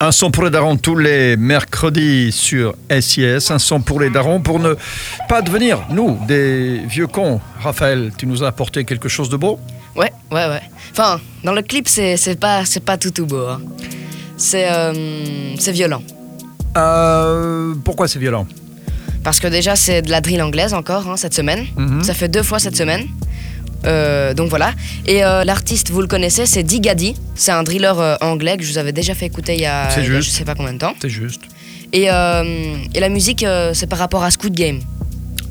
Un son pour les darons tous les mercredis sur SIS. Un son pour les darons pour ne pas devenir, nous, des vieux cons. Raphaël, tu nous as apporté quelque chose de beau Ouais, ouais, ouais. Enfin, dans le clip, c'est c'est pas, c'est pas tout tout beau. hein. C'est euh, c'est violent. Euh, Pourquoi c'est violent Parce que déjà, c'est de la drill anglaise encore hein, cette semaine. Mhm. Ça fait deux fois cette semaine. Euh, donc voilà. Et euh, l'artiste, vous le connaissez, c'est Digadi. C'est un driller euh, anglais que je vous avais déjà fait écouter il y a, C'est il y a juste. je sais pas combien de temps. C'est juste. Et, euh, et la musique, euh, c'est par rapport à Squid Game.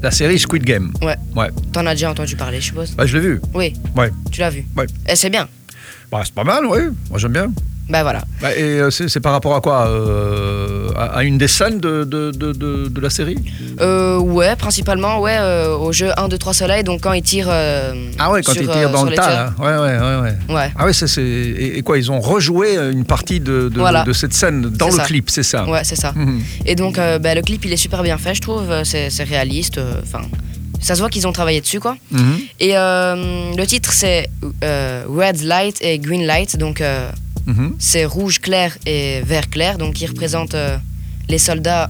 La série Squid Game. Ouais. Ouais. T'en as déjà entendu parler, je suppose. Bah, je l'ai vu. Oui, Ouais. tu l'as vu. Ouais. Et c'est bien. Bah, c'est pas mal, oui. Moi, j'aime bien. Bah voilà. Bah, et euh, c'est c'est par rapport à quoi euh, à, à une des scènes de, de- de- de- de la série Euh, ouais, principalement, ouais, euh, au jeu 1, 2, 3 soleil, donc quand ils tirent. euh, Ah ouais, quand sur, ils euh, tirent dans sur le les tas, tueurs. là. Ouais, ouais, ouais, ouais. Ouais, Ah ouais, ça, c'est... Et, et quoi, ils ont rejoué euh, une partie de, de- Voilà. de cette scène dans C'est le ça. clip, c'est ça ouais, c'est ça. Mhm. Et donc, euh, bah, le clip, il est super bien fait, je trouve. euh, C'est c'est réaliste. euh, Enfin, ça se voit qu'ils ont travaillé dessus, quoi. Mhm. Et euh, le titre, c'est euh, Red Light et Green Light. Donc, euh, Mhm. c'est rouge clair et vert clair. Donc, qui représentent euh, les soldats.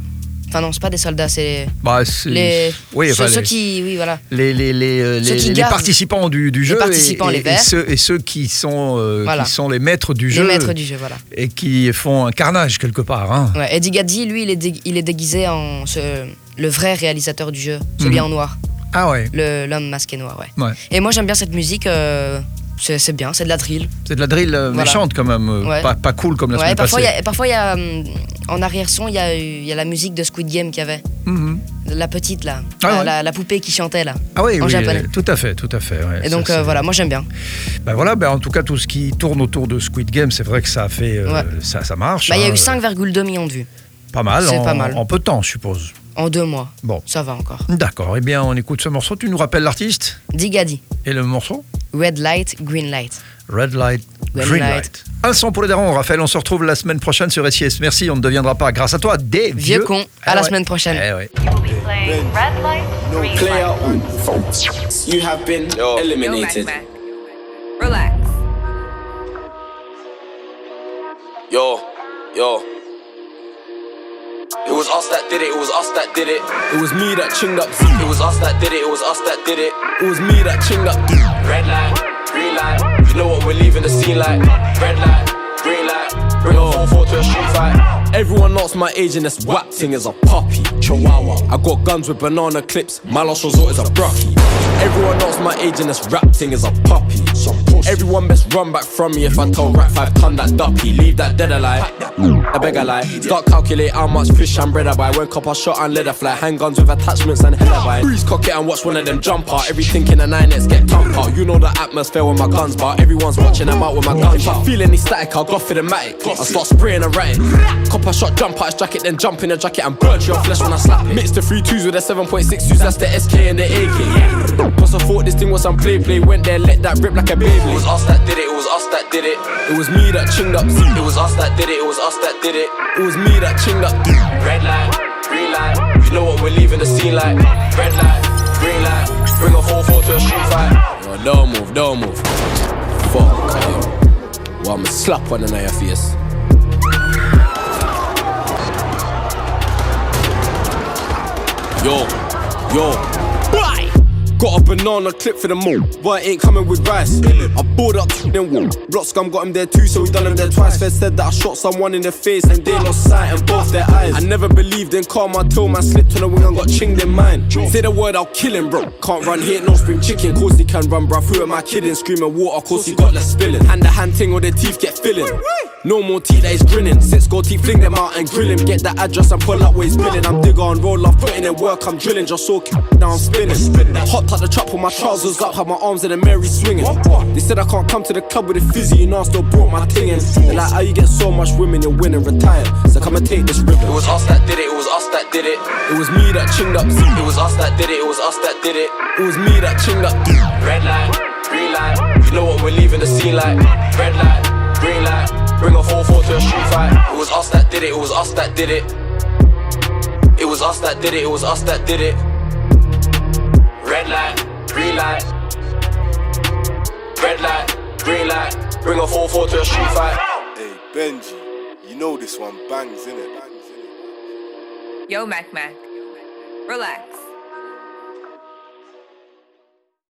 Enfin, non, c'est pas des soldats, c'est Bah, c'est- les. Oui, ceux, enfin, ceux les- qui. Oui, voilà. les, les, les, euh, Ceux les- qui les gardent. participants du, du jeu et- participants, et, les et verts. ceux, et ceux qui, sont, euh, Voilà. qui sont les maîtres du Les jeu maîtres du jeu, voilà. et qui font un carnage quelque part. hein. Ouais, Eddie Gaddy, lui, il est, dé- il est déguisé en ce- le vrai réalisateur du jeu, celui Mhm. en noir, Ah ouais, le- l'homme masqué noir, ouais. Ouais. Et moi, j'aime bien cette musique, euh, c'est c'est bien, c'est de la drill. c'est de la drill euh, Voilà. méchante quand même, euh, Ouais. pas, pas cool comme la Ouais, semaine parfois, il y passée. a, parfois, il y a, hum, en arrière-son, il y, a eu- il y a la musique de Squid Game qu'il y avait, Mhm. la petite, là, Ah la, ouais. la- la poupée qui chantait, là. Ah oui, En oui, japonais. euh, tout à fait, tout à fait. ouais. Et donc, Ça, euh, c'est- voilà, moi, j'aime bien. Ben voilà, ben en tout cas, tout ce qui tourne autour de Squid Game, c'est vrai que ça a fait. euh, Ouais. ça, ça marche. Bah, Il y a hein, eu 5,2 millions de vues Pas mal, c'est en, pas mal. en peu de temps, je suppose. en deux mois. Bon, Ça va encore. d'accord. Eh bien, on écoute ce morceau. Tu nous rappelles l'artiste Eddie Gaddy, et le morceau Red Light, Green Light. Red Light, Red Green Light. Light. Un son pour les darons, Raphaël. On se retrouve la semaine prochaine sur SIS. Merci, on ne deviendra pas, grâce à toi, des vieux, Vieux con, à Eh la ouais. semaine prochaine. Eh ouais. will be playing red light, green Player light. on phone. You have been eliminated. Relax. Yo, yo. It was us that did it, it was us that did it. It was me that chinged up. It was us that did it, it was us that did it. It was me that chinged up. Red light, green light. You know what, we're leaving the scene like. Red light, green light. Bring a 4 4 to a street fight. Everyone knows my age and this whack thing is a puppy. Chihuahua. I got guns with banana clips. My last resort is a brucky. Everyone knows my age and this rap thing is a puppy. Everyone best run back from me if I tell Rat 5 ton that duppy. Leave that dead alive. I beg a lie. Start calculate how much fish and bread I buy. When copper shot and leather fly. Handguns with attachments and head I buy. Breeze cock it and watch one of them jump out. Everything in the nine X get dumped out. You know the atmosphere when my guns bar. Everyone's watching, I'm out with my guns out. Feel any static, I'll go for the matic. I start spraying a rat. Copper shot jump out his jacket, then jump in the jacket and burn your flesh when I slap it. Mix the three twos with the 7.6 twos, that's the SK and the AK. Plus I thought this thing was some play play. Went there, let that rip like a baby. It was us that did it, it was us that did it. It was me that chinged up. It was us that did it, it was us that did it. It was me that chinged up. Red light, green light. You know what, we're leaving the scene like. Red light, green light. Bring a 4-4 to a street fight. Yo, don't move, don't move. Fuck, yo. Well, I'ma slap one in your face. Yo, yo. Bye. Got a banana clip for the mall, but it ain't coming with rice. I bought up then wall. Block scum got him there too, so we done him there twice. Fed said that I shot someone in the face and they lost sight and both their eyes. I never believed in karma till man slipped on the wing and got chinged in mine. Say the word, I'll kill him, bro. Can't run here, no spring chicken. Course he can run, bruv. Who am I kidding? Screaming water, course he got the spilling. Hand to hand thing or the teeth get filling. No more teeth that is grinning. Six gold teeth, fling them out and grill him. Get the address and pull up where he's billing. I'm digger on roll off, putting in work, I'm drilling. Just saw now I'm spinning. Hopped out the trap with my trousers up, had my arms in a merry swinging. They said I can't come to the club with a fizzy, you know I still brought my thing in. They're like, how you get so much women, you're winning, retire. So come and take this ribbon. It was us that did it, it was us that did it. It was me that chinged up. It was us that did it, it was us that did it. It was me that chinged up. Red light, green light. You know what, we're leaving the scene like. Red light, green light. Bring a 4-4 to a street fight. It was us that did it, it was us that did it. It was us that did it, it was us that did it. Red light, green light. Red light, green light. Bring a 4-4 to a street fight. Hey Benji, you You know this one bangs, innit? Bangs, innit? Yo, Mac Mac. Relax.